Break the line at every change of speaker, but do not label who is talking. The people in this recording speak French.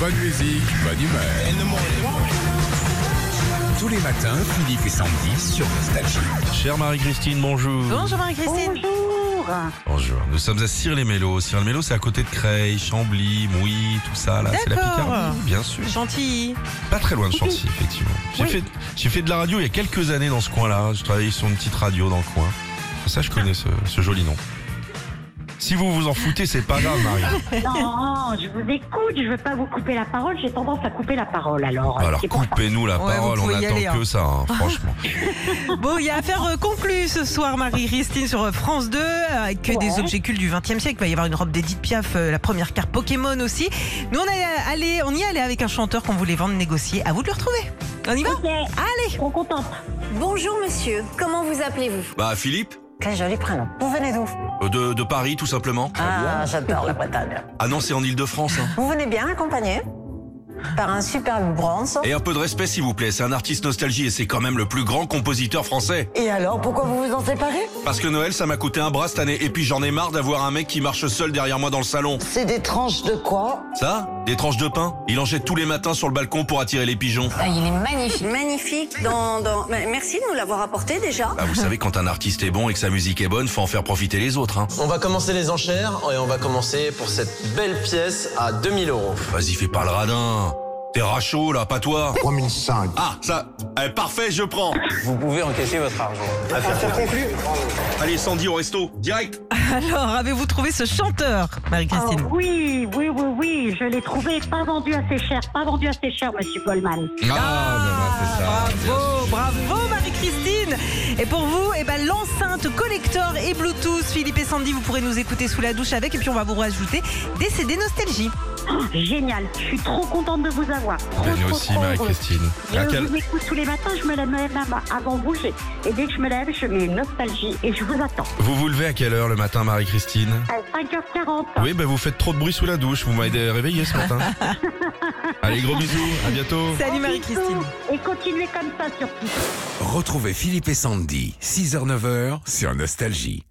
Bonne musique, bonne humeur. Tous les matins, Philippe et Sandy sur Nostalgie.
Chère Marie-Christine, bonjour.
Bonjour Marie-Christine.
Bonjour.
Bonjour. Nous sommes à Cire-les-Mélos. Cire-les-Mélos, c'est à côté de Creil, Chambly, Mouilly, tout ça. Là, c'est la
D'accord.
Picardie, bien sûr.
Chantilly.
Pas très loin de Chantilly, effectivement. J'ai fait, j'ai fait de la radio il y a quelques années dans ce coin-là. Je travaillais sur une petite radio dans le coin. Ça, je connais ce, ce joli nom. Si vous vous en foutez, c'est pas grave, Marie.
Non, je vous écoute, je veux pas vous couper la parole, j'ai tendance à couper la parole alors.
Bah, Alors,
C'est pour ça.
coupez-nous la
Ouais, vous
parole. On
pouvez y
attend
aller, hein.
que ça, hein, franchement.
Bon, il y a affaire euh, conclue ce soir, Marie-Christine, sur euh, France 2, euh, que des
Ouais.
objets cultes du 20 e siècle. Il va y avoir une robe d'Edith Piaf, euh, la première carte Pokémon aussi. Nous, on, est allé, on y est allé avec un chanteur qu'on voulait vendre négocier. À vous de le retrouver. On y va
Ok,
Allez
trop contente.
Bonjour monsieur, comment vous appelez-vous
Bah, Philippe, euh,
Quel joli prénom. Vous venez d'où
de, Paris, tout simplement.
Ah, j'adore la Bretagne.
Ah non, c'est en hein. Ile-de-France.
Vous venez bien accompagné par un superbe bronze.
Et un peu de respect, s'il vous plaît. C'est un artiste nostalgie et c'est quand même le plus grand compositeur français.
Et alors, pourquoi vous vous en séparez
Parce que Noël, ça m'a coûté un bras cette année. Et puis j'en ai marre d'avoir un mec qui marche seul derrière moi dans le salon.
C'est des tranches de quoi
Ça Des tranches de pain Il en jette tous les matins sur le balcon pour attirer les pigeons.
Ah, Il est magnifique. Magnifique. Dans, dans... mais Merci de nous l'avoir apporté déjà.
Bah, vous savez, quand un artiste est bon et que sa musique est bonne, faut en faire profiter les autres. Hein.
On va commencer les enchères et on va commencer pour cette belle pièce à 2000 euros.
Vas-y, fais pas le radin. T'es rachot, là, pas toi.
3005.
Ah, ça... eh, parfait, je prends.
Vous pouvez encaisser votre argent.
Allez, Sandy, au resto. Direct.
Alors, avez-vous trouvé ce chanteur,
Ah,
Oh,
Marie-Christine
oui, oui, oui, oui, je l'ai trouvé, pas vendu assez cher, pas vendu assez cher, monsieur Goldman.
Ah, bah,
Bravo, bravo Marie-Christine Et pour vous, eh ben, l'enceinte collector et Bluetooth, Philippe et Sandy, vous pourrez nous écouter sous la douche avec et puis on va vous rajouter des CD nostalgie.
Génial, je suis trop contente de vous avoir. Trop, trop, trop heureuse. Je vous écoute tous les matins, je me lève même avant de bouger. Et dès que je me lève, je mets nostalgie et je vous attends.
Vous vous levez à quelle heure le matin, Marie-Christine
À 5h40.
Oui, bah, vous faites trop de bruit sous la douche. Vous m'avez réveillé ce matin. Allez, gros bisous. À bientôt.
Salut Marie-Christine
Et continuez comme ça surtout.
Retrouvez Philippe et Sandy, 6h-9h sur Nostalgie.